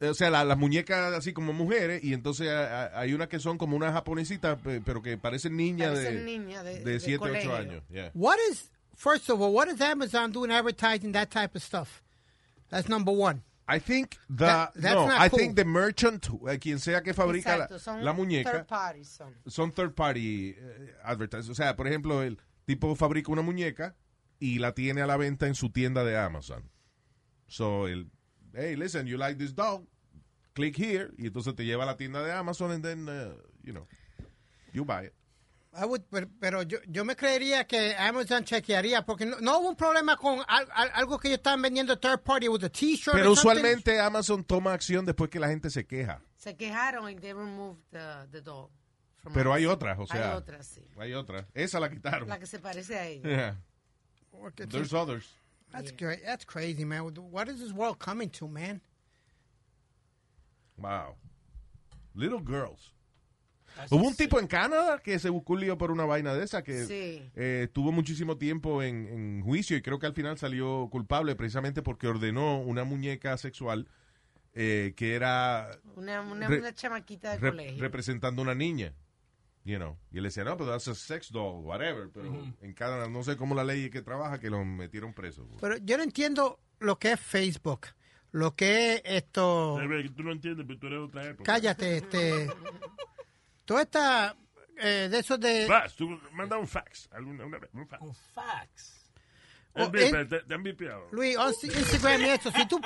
[SPEAKER 3] eh, o sea, la- las muñecas así como mujeres, y ences a- a- hay unas que son como unas japonesitas, pe- pero que parecen niñas de,
[SPEAKER 7] Parecen niña de-
[SPEAKER 3] de
[SPEAKER 7] de
[SPEAKER 3] 7, 8
[SPEAKER 7] colegio.
[SPEAKER 3] años. Yeah.
[SPEAKER 5] What is first of all, what is Amazon doing advertising that type of stuff? That's number one.
[SPEAKER 3] I think the,
[SPEAKER 5] That- that's
[SPEAKER 3] no,
[SPEAKER 5] not
[SPEAKER 3] I
[SPEAKER 5] cool.
[SPEAKER 3] think the merchant, eh, quien sea que fabrica la,
[SPEAKER 7] Exacto, son
[SPEAKER 3] la
[SPEAKER 7] Third
[SPEAKER 3] muñeca,
[SPEAKER 7] parties son.
[SPEAKER 3] son third party eh, advertisers. O sea, por ejemplo, el tipo fabrica una muñeca y la tiene a la venta en su tienda de Amazon. So, el, hey, listen, you like this dog, click here, y entonces te lleva a la tienda de Amazon and then, uh, you know, you buy it.
[SPEAKER 5] I would, pero, pero yo, yo me creería que Amazon chequearía porque no, no hubo un problema con al- al- algo que ellos estaban vendiendo third party with a t-shirt.
[SPEAKER 3] Pero
[SPEAKER 5] or something.
[SPEAKER 3] usualmente Amazon toma acción después que la gente se queja.
[SPEAKER 7] Se quejaron y they removed the, the doll. from
[SPEAKER 3] Pero hay
[SPEAKER 7] us.
[SPEAKER 3] otras, o sea.
[SPEAKER 7] Hay otras, sí.
[SPEAKER 3] Hay otra. Esa la quitaron.
[SPEAKER 7] La que se parece a ella.
[SPEAKER 3] Yeah.
[SPEAKER 5] Porque-
[SPEAKER 3] There's others.
[SPEAKER 5] That's great. That's crazy, man. What is this world coming to, man?
[SPEAKER 3] Wow. Little girls. Hubo un tipo en Canadá que se buscó un lío por una vaina de esa que
[SPEAKER 7] Sí.
[SPEAKER 3] eh, estuvo muchísimo tiempo en, en juicio y creo que al final salió culpable precisamente porque ordenó una muñeca sexual eh, que era
[SPEAKER 7] Una, una,
[SPEAKER 3] Re-
[SPEAKER 7] una chamaquita de
[SPEAKER 3] rep-
[SPEAKER 7] colegio.
[SPEAKER 3] representando una niña. You know. Y él decía, no, pero that's a sex doll, whatever. Pero en Canadá no sé cómo la ley es que trabaja que los metieron presos. güey.
[SPEAKER 5] Pero yo no entiendo lo que es Facebook, lo que es esto.
[SPEAKER 9] Se ve que tú no entiendes, pero tú eres de otra época.
[SPEAKER 5] Cállate, este. Toda esta. eh, de esos de.
[SPEAKER 9] Fax, tú manda un fax. Alguna una vez, un fax.
[SPEAKER 4] Oh, fax.
[SPEAKER 5] Oh,
[SPEAKER 9] El bip,
[SPEAKER 5] eh.
[SPEAKER 9] eh, te, te han vipeado.
[SPEAKER 5] Luis, on Instagram y eso. Si tú.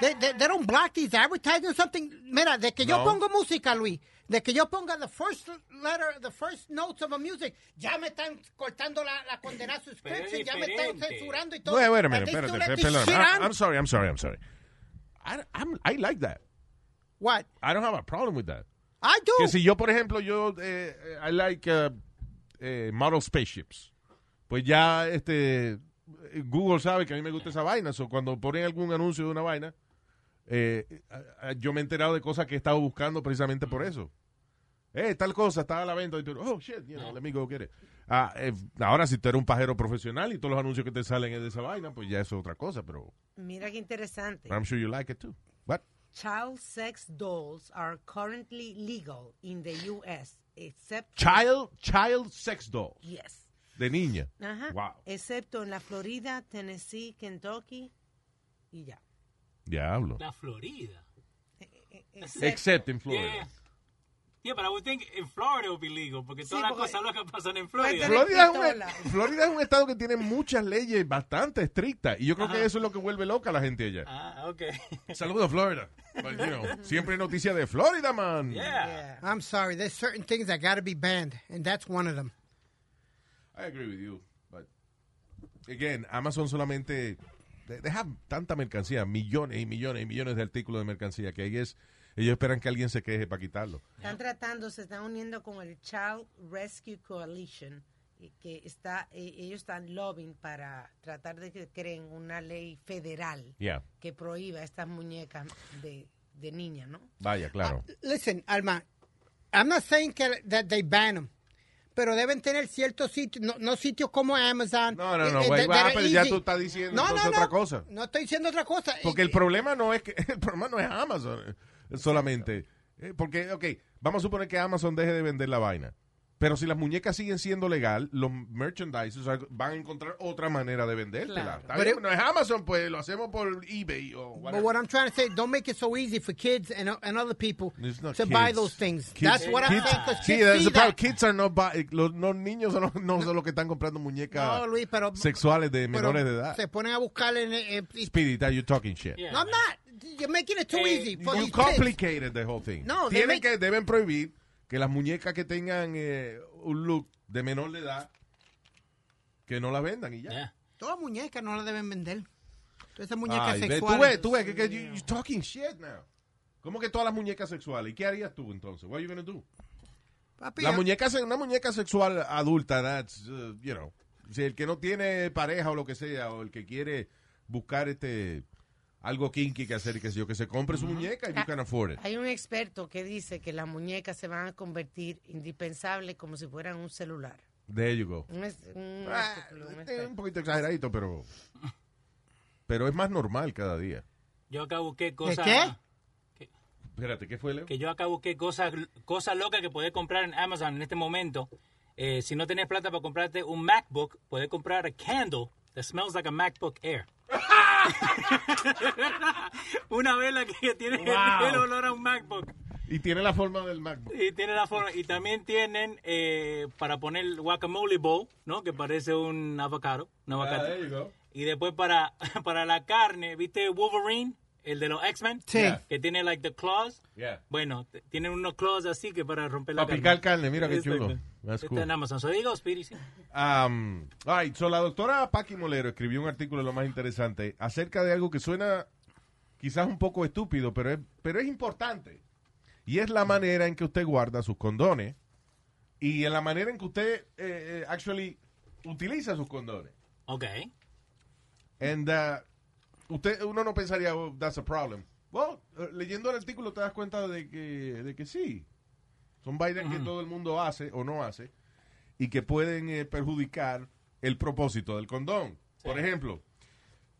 [SPEAKER 5] They, they- they don't block these advertising or something. Mira, de que yo
[SPEAKER 3] No.
[SPEAKER 5] pongo música, Luis. De que yo ponga the first letter, the first notes of a music. Ya me están cortando la, la condenada subscription. Ya me están
[SPEAKER 4] diferente.
[SPEAKER 5] censurando y todo.
[SPEAKER 3] Wait, wait a
[SPEAKER 5] But
[SPEAKER 3] minute,
[SPEAKER 5] they still
[SPEAKER 3] espérate,
[SPEAKER 5] let
[SPEAKER 3] pe-
[SPEAKER 5] this
[SPEAKER 3] perdóname.
[SPEAKER 5] shit
[SPEAKER 3] I-
[SPEAKER 5] on.
[SPEAKER 3] I'm sorry, I'm sorry, I'm sorry. I, I'm, I like that.
[SPEAKER 5] What?
[SPEAKER 3] I don't have a problem with that.
[SPEAKER 5] I do.
[SPEAKER 3] Que si yo, por ejemplo, yo, eh, eh, I like uh, eh, model spaceships. Pues ya, este, Google sabe que a mí me gusta esa vaina. So, cuando ponen algún anuncio de una vaina, eh, a- a- yo me he enterado de cosas que he estado buscando precisamente por eso. Eh, tal cosa, está a la venta. Y tú, oh, shit, you know, let me go get it. Ah, eh, ahora, si tú eres un pajero profesional y todos los anuncios que te salen es de esa vaina, pues ya eso es otra cosa, pero
[SPEAKER 7] Mira qué interesante.
[SPEAKER 3] I'm sure you like it too. What?
[SPEAKER 7] Child sex dolls are currently legal in the U.S. except
[SPEAKER 3] Child, child sex dolls.
[SPEAKER 7] Yes.
[SPEAKER 3] De niña.
[SPEAKER 7] Ajá.
[SPEAKER 3] Wow.
[SPEAKER 7] Excepto en la Florida, Tennessee, Kentucky y ya.
[SPEAKER 3] Diablo.
[SPEAKER 4] La Florida.
[SPEAKER 3] Except in Florida.
[SPEAKER 4] Yeah. Yeah, but I would think in Florida it would be legal, porque
[SPEAKER 7] Sí,
[SPEAKER 4] todas las
[SPEAKER 7] porque-
[SPEAKER 4] cosas locas pasan en
[SPEAKER 7] Puede
[SPEAKER 4] Florida.
[SPEAKER 7] tener
[SPEAKER 3] Florida es,
[SPEAKER 7] pistola.
[SPEAKER 3] un, e- Florida es un estado que tiene muchas leyes bastante estrictas. Y yo creo que eso es lo que vuelve loca a la gente allá.
[SPEAKER 4] Ah, ok.
[SPEAKER 3] Saludos, Florida. But, you know, siempre hay noticia de Florida, man.
[SPEAKER 4] Yeah.
[SPEAKER 5] I'm sorry. There's certain things that got to be banned, and that's one of them.
[SPEAKER 3] I agree with you. But again, Amazon solamente they- they have tanta mercancía, millones y millones y millones de artículos de mercancía que ahí es, ellos esperan que alguien se queje para quitarlo.
[SPEAKER 7] Están tratando, se están uniendo con el Child Rescue Coalition, eh, que está, eh, ellos están lobbying para tratar de que creen una ley federal
[SPEAKER 3] Yeah.
[SPEAKER 7] que prohíba estas muñecas de, de niña, ¿no?
[SPEAKER 3] Vaya, claro.
[SPEAKER 5] Ah, Listen, Alma, I'm not saying que- that they ban them. Pero deben tener ciertos sitios, no, no sitios como Amazon.
[SPEAKER 3] No, no, no,
[SPEAKER 5] eh, eh,
[SPEAKER 3] güey,
[SPEAKER 5] that-
[SPEAKER 3] va,
[SPEAKER 5] that are
[SPEAKER 3] pero ya
[SPEAKER 5] easy.
[SPEAKER 3] tú estás diciendo
[SPEAKER 5] No,
[SPEAKER 3] entonces
[SPEAKER 5] no, no.
[SPEAKER 3] otra cosa.
[SPEAKER 5] No estoy diciendo otra cosa.
[SPEAKER 3] Porque el
[SPEAKER 5] Eh,
[SPEAKER 3] problema no es que el problema no es Amazon eh, solamente. Eh, Porque, ok, vamos a suponer que Amazon deje de vender la vaina. Pero si las muñecas siguen siendo legal, los merchandisers van a encontrar otra manera de vendértela.
[SPEAKER 7] Claro.
[SPEAKER 3] Está
[SPEAKER 5] Pero-
[SPEAKER 3] bien, no es Amazon, pues lo hacemos por eBay o
[SPEAKER 5] But
[SPEAKER 3] whatever.
[SPEAKER 5] what I'm trying to say, don't make it so easy for kids and, and other people
[SPEAKER 3] It's
[SPEAKER 5] to
[SPEAKER 3] not
[SPEAKER 5] buy
[SPEAKER 3] kids.
[SPEAKER 5] those things.
[SPEAKER 3] Kids-
[SPEAKER 5] That's what I'm
[SPEAKER 3] kids-
[SPEAKER 5] saying. 'cause
[SPEAKER 3] Sí,
[SPEAKER 5] kids
[SPEAKER 3] that's
[SPEAKER 5] see
[SPEAKER 3] the problem.
[SPEAKER 5] that.
[SPEAKER 3] Kids are not buy- los, los niños no, no son los que están comprando muñecas
[SPEAKER 5] No, Luis, pero-
[SPEAKER 3] sexuales de
[SPEAKER 5] Pero
[SPEAKER 3] menores de edad.
[SPEAKER 5] Se ponen a buscar en... eh, eh,
[SPEAKER 3] Speedy, that you're talking shit.
[SPEAKER 4] Yeah.
[SPEAKER 5] No, I'm not. You're making it too
[SPEAKER 4] Eh,
[SPEAKER 5] easy. For
[SPEAKER 3] You
[SPEAKER 5] these kids.
[SPEAKER 3] complicated the whole thing.
[SPEAKER 5] No, they
[SPEAKER 3] Tienen
[SPEAKER 5] make-
[SPEAKER 3] que, deben prohibir que las muñecas que tengan eh, un look de menor de edad, que no las vendan y ya.
[SPEAKER 4] Yeah.
[SPEAKER 5] Todas muñecas no las deben vender. Todas esas muñecas
[SPEAKER 3] Ay, ve, tú
[SPEAKER 5] sexuales.
[SPEAKER 3] ves, tú ves, que, que you, you're talking shit now. ¿Cómo que todas las muñecas sexuales? ¿Y qué harías tú entonces? What are you gonna do?
[SPEAKER 5] Papi,
[SPEAKER 3] La
[SPEAKER 5] ya-
[SPEAKER 3] muñeca, se- una muñeca sexual adulta, that's, uh, you know, si el que no tiene pareja o lo que sea, o el que quiere buscar este algo kinky que hacer, que sé yo, que se compre su muñeca y you can afford it.
[SPEAKER 7] Hay un experto que dice que las muñecas se van a convertir indispensables como si fueran un celular.
[SPEAKER 3] There you go.
[SPEAKER 7] Un es- un
[SPEAKER 3] Ah,
[SPEAKER 7] artículo, un
[SPEAKER 3] es
[SPEAKER 7] experto.
[SPEAKER 3] un poquito exageradito, pero. Pero es más normal cada día.
[SPEAKER 4] Yo acá busqué cosas.
[SPEAKER 5] qué?
[SPEAKER 3] Espérate, ¿qué fue, Leo?
[SPEAKER 4] Que yo acá busqué cosas, cosas locas que puedes comprar en Amazon en este momento. Eh, si no tenés plata para comprarte un MacBook, puedes comprar a candle that smells like a MacBook Air. Una vela que tiene
[SPEAKER 3] Wow.
[SPEAKER 4] el olor a un MacBook.
[SPEAKER 3] Y tiene la forma del MacBook.
[SPEAKER 4] Y tiene la forma. Y también tienen eh, para poner guacamole bowl, ¿no? Que parece un avocado. Un
[SPEAKER 3] Ah,
[SPEAKER 4] aguacate.
[SPEAKER 3] there you go.
[SPEAKER 4] Y después para, para la carne, ¿viste Wolverine? El de los X-Men.
[SPEAKER 5] Sí. Yeah.
[SPEAKER 4] Que tiene, like, the claws.
[SPEAKER 3] Yeah.
[SPEAKER 4] Bueno, t- tienen unos claws así que para romper la
[SPEAKER 3] Para picar carne, Este mira qué
[SPEAKER 4] Exacto.
[SPEAKER 3] chulo. That's
[SPEAKER 4] Está
[SPEAKER 3] cool.
[SPEAKER 4] en Amazon. So, digo, Spirit, sí.
[SPEAKER 3] Um, all right, so la doctora Paqui Molero escribió un artículo lo más interesante acerca de algo que suena quizás un poco estúpido, pero es, pero es importante. Y es la manera en que usted guarda sus condones y en la manera en que usted eh, eh, actually utiliza sus condones.
[SPEAKER 4] Ok.
[SPEAKER 3] And uh, usted, uno no pensaría, "Oh, that's a problem. Well, eh, leyendo el artículo te das cuenta de que, de que sí. Son vainas que todo el mundo hace o no hace y que pueden eh, perjudicar el propósito del condón. Por ejemplo,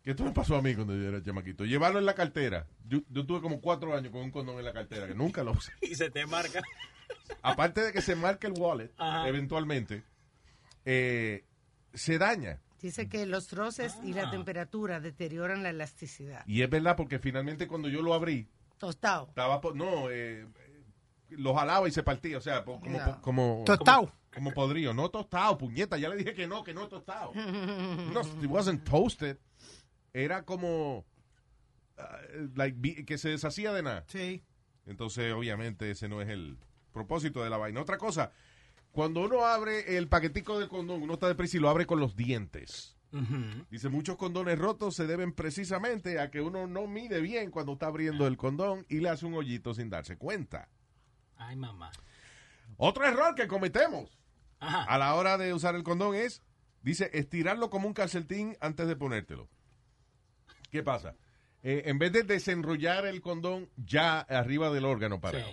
[SPEAKER 3] que esto me pasó a mí cuando yo era chamaquito. Llevarlo en la cartera. Yo, yo tuve como cuatro años con un condón en la cartera que nunca lo usé.
[SPEAKER 4] Y se te marca.
[SPEAKER 3] Aparte de que se marca el wallet,
[SPEAKER 4] Ajá.
[SPEAKER 3] eventualmente, eh, se daña.
[SPEAKER 7] Dice que los roces y
[SPEAKER 4] Ah.
[SPEAKER 7] la temperatura deterioran la elasticidad.
[SPEAKER 3] Y es verdad porque finalmente cuando yo lo abrí,
[SPEAKER 7] Tostado.
[SPEAKER 3] Estaba, po- no, eh, eh, lo jalaba y se partía, o sea, po- como, po- como...
[SPEAKER 5] Tostado.
[SPEAKER 3] Como, como podrido, no tostado, puñeta, ya le dije que no, que no es tostado. No, it wasn't toasted. Era como, ah, like, bi- que se deshacía de nada.
[SPEAKER 5] Sí.
[SPEAKER 3] Entonces, obviamente, ese no es el propósito de la vaina. Otra cosa, cuando uno abre el paquetico del condón, uno está deprisa y lo abre con los dientes. Dice, muchos condones rotos se deben precisamente a que uno no mide bien cuando está abriendo el condón y le hace un hoyito sin darse cuenta.
[SPEAKER 4] Ay, mamá.
[SPEAKER 3] Otro error que cometemos a la hora de usar el condón es, dice, estirarlo como un calcetín antes de ponértelo. ¿Qué pasa? Eh, en vez de desenrollar el condón ya arriba del órgano parado,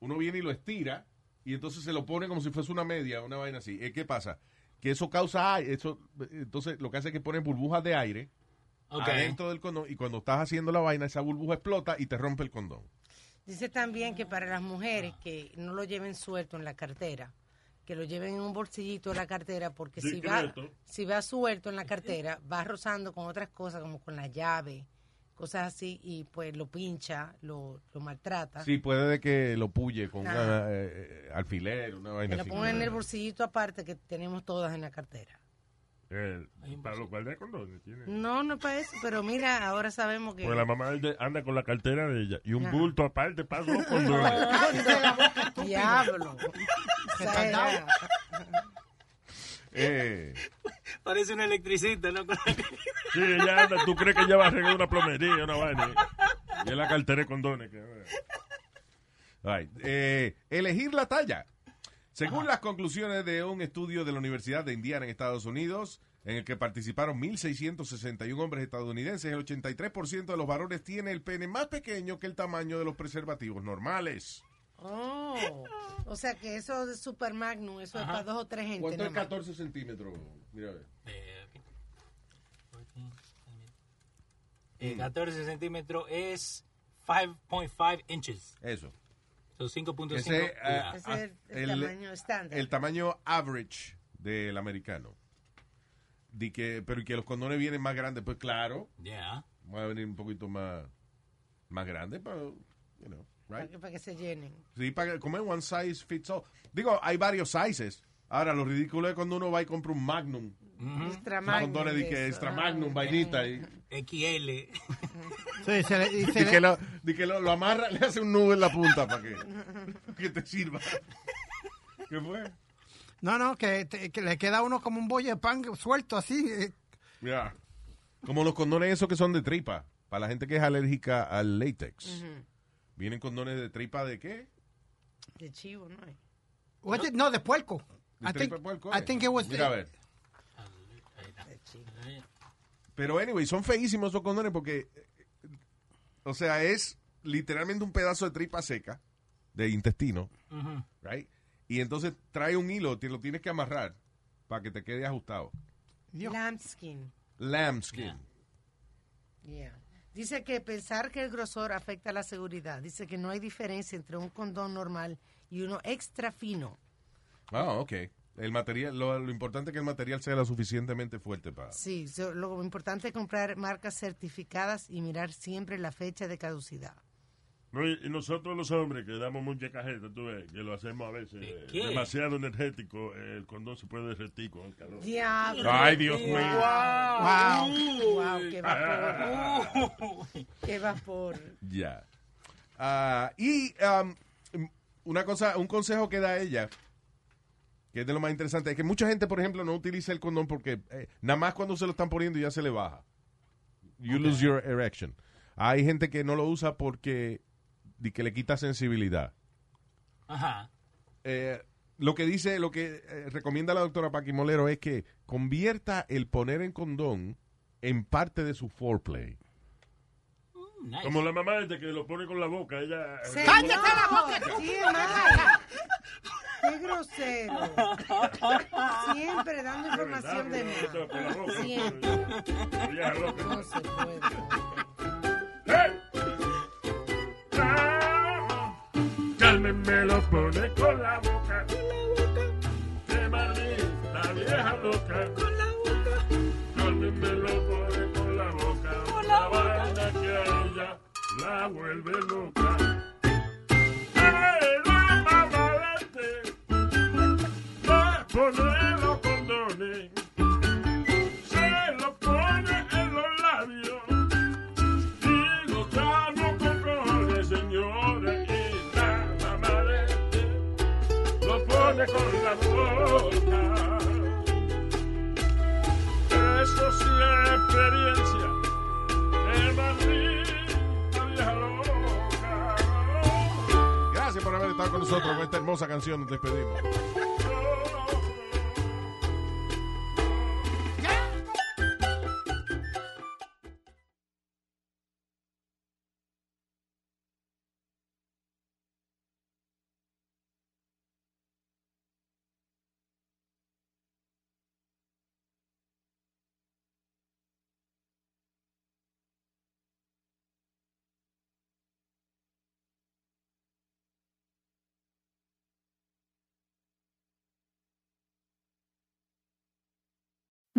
[SPEAKER 3] uno viene y lo estira y entonces se lo pone como si fuese una media, una vaina así. Eh, ¿Qué pasa? Que eso causa, ai- eso, entonces lo que hace es que pone burbujas de aire
[SPEAKER 4] Ok.
[SPEAKER 3] adentro del condón y cuando estás haciendo la vaina esa burbuja explota y te rompe el condón.
[SPEAKER 7] Dice también que para las mujeres que no lo lleven suelto en la cartera, que lo lleven en un bolsillito de la cartera, porque si va,
[SPEAKER 9] Discreto.
[SPEAKER 7] si va suelto en la cartera, va rozando con otras cosas, como con la llave, cosas así, y pues lo pincha, lo, lo maltrata.
[SPEAKER 3] Sí, puede de que lo puye con
[SPEAKER 7] Ah. Ajá.
[SPEAKER 3] una, eh, eh, alfiler, una
[SPEAKER 7] que
[SPEAKER 3] vaina
[SPEAKER 7] lo
[SPEAKER 3] así.
[SPEAKER 7] pongan en el bolsillito aparte que tenemos todas en la cartera.
[SPEAKER 9] Eh, para lo cual de condones tiene.
[SPEAKER 7] No, no es para eso, pero mira, ahora sabemos que...
[SPEAKER 9] Porque la mamá de- anda con la cartera de ella y un
[SPEAKER 7] Ajá.
[SPEAKER 9] bulto aparte para los condones.
[SPEAKER 7] Diablo. Exagerado.
[SPEAKER 3] Eh,
[SPEAKER 4] Parece un electricista, ¿no?
[SPEAKER 9] Sí, ella anda, tú crees que ella va a arreglar una plomería, una vaina. Y es la cartera de condones. que-
[SPEAKER 3] right. Eh, elegir la talla. Según las conclusiones de un estudio de la Universidad de Indiana en Estados Unidos, en el que participaron 1.661 hombres estadounidenses, el 83% de los varones tiene el pene más pequeño que el tamaño de los preservativos normales.
[SPEAKER 7] Oh, o sea que eso es super magnum, eso es para dos o tres gente.
[SPEAKER 3] ¿Cuánto es
[SPEAKER 7] nomás.
[SPEAKER 3] 14 centímetros? Mira, a ver.
[SPEAKER 4] Eh, ok. 14, eh, 14 centímetros es 5.5 inches.
[SPEAKER 3] Eso.
[SPEAKER 4] So 5.5.
[SPEAKER 3] Ese, ah,
[SPEAKER 7] Ese es el,
[SPEAKER 3] el-
[SPEAKER 7] tamaño estándar.
[SPEAKER 3] el tamaño average del americano. Di que, pero que los condones vienen más grandes, pues claro,
[SPEAKER 4] Yeah.
[SPEAKER 3] va a venir un poquito más, más grande, pero, you know,
[SPEAKER 7] para,
[SPEAKER 3] right?
[SPEAKER 7] que, para que se llenen.
[SPEAKER 3] Sí, para que- como es one size fits all. Digo, hay varios sizes. Ahora, lo ridículo es cuando uno va y compra un magnum.
[SPEAKER 7] Extra
[SPEAKER 3] Los
[SPEAKER 7] magnum.
[SPEAKER 3] condones di que
[SPEAKER 7] eso.
[SPEAKER 3] extra
[SPEAKER 7] Ah,
[SPEAKER 3] magnum,
[SPEAKER 7] ok.
[SPEAKER 3] vainita. Y,
[SPEAKER 4] XL.
[SPEAKER 5] Sí, se le- y se
[SPEAKER 3] di
[SPEAKER 5] le-
[SPEAKER 3] que, lo, di que lo, lo amarra, le hace un nudo en la punta para que, que te sirva. ¿Qué fue?
[SPEAKER 5] no, no, que, te- que le queda a uno como un bollo de pan suelto así. eh.
[SPEAKER 3] Ya. Como los condones esos que son de tripa, para la gente que es alérgica al látex. Vienen condones de tripa de qué?
[SPEAKER 7] De chivo, ¿no? es?
[SPEAKER 5] What's it? No, de puerco.
[SPEAKER 3] De
[SPEAKER 5] I think,
[SPEAKER 3] tripa de puerco,
[SPEAKER 5] I
[SPEAKER 3] eh.
[SPEAKER 5] think it was
[SPEAKER 3] Mira, a ver. Pero anyway, son feísimos esos condones porque eh, eh, o sea, es literalmente un pedazo de tripa seca de intestino, right? Y entonces trae un hilo, te lo tienes que amarrar para que te quede ajustado.
[SPEAKER 5] Dios.
[SPEAKER 7] Lambskin.
[SPEAKER 3] Lambskin.
[SPEAKER 7] Yeah. Dice que pensar que el grosor afecta la seguridad. Dice que no hay diferencia entre un condón normal y uno extra fino.
[SPEAKER 3] Ah, ok. El material, lo, lo importante es que el material sea lo suficientemente fuerte para...
[SPEAKER 7] Sí, so- lo importante es comprar marcas certificadas y mirar siempre la fecha de caducidad.
[SPEAKER 9] No, y y nosotros los hombres que damos mucha cajeta, tú ves, que lo hacemos a veces eh,
[SPEAKER 4] qué?
[SPEAKER 9] demasiado energético, eh, el condón se puede derretir con el calor.
[SPEAKER 7] Diablo.
[SPEAKER 3] Ay, Dios mío.
[SPEAKER 5] Wow.
[SPEAKER 7] Wow, qué vapor. qué vapor.
[SPEAKER 3] Ya. Ah, y um, una cosa, un consejo que da ella, que es de lo más interesante, es que mucha gente, por ejemplo, no utiliza el condón porque eh, nada más cuando se lo están poniendo ya se le baja. You lose your erection. Hay gente que no lo usa porque di que le quita sensibilidad.
[SPEAKER 4] Ajá.
[SPEAKER 3] Eh, lo que dice, lo que eh, recomienda la doctora Paqui Molero es que convierta el poner en condón en parte de su foreplay.
[SPEAKER 4] Mm, nice.
[SPEAKER 9] Como la mamá esta que lo pone con la boca, ella... eh,
[SPEAKER 7] ¡Cállate la boca! ¡Sí, mal! ¡Qué grosero! Siempre dando información de
[SPEAKER 9] Con
[SPEAKER 7] más.
[SPEAKER 9] la boca.
[SPEAKER 7] Siempre.
[SPEAKER 9] Ella es loca.
[SPEAKER 7] No se puede.
[SPEAKER 9] Carmen me lo pone con la boca. Qué maldita vieja loca. Carmen me lo pone con la boca. la vaina que a ella la vuelve loca. ¡Ay, la mamarete! Va a poner los condones. Se lo pone en los labios. Y gozarlo con cojones, señores, y la mamá de este lo pone con la boca. Eso sí es experiencia de maldita vieja loca.
[SPEAKER 3] Gracias por haber estado con nosotros con esta hermosa canción. Nos despedimos.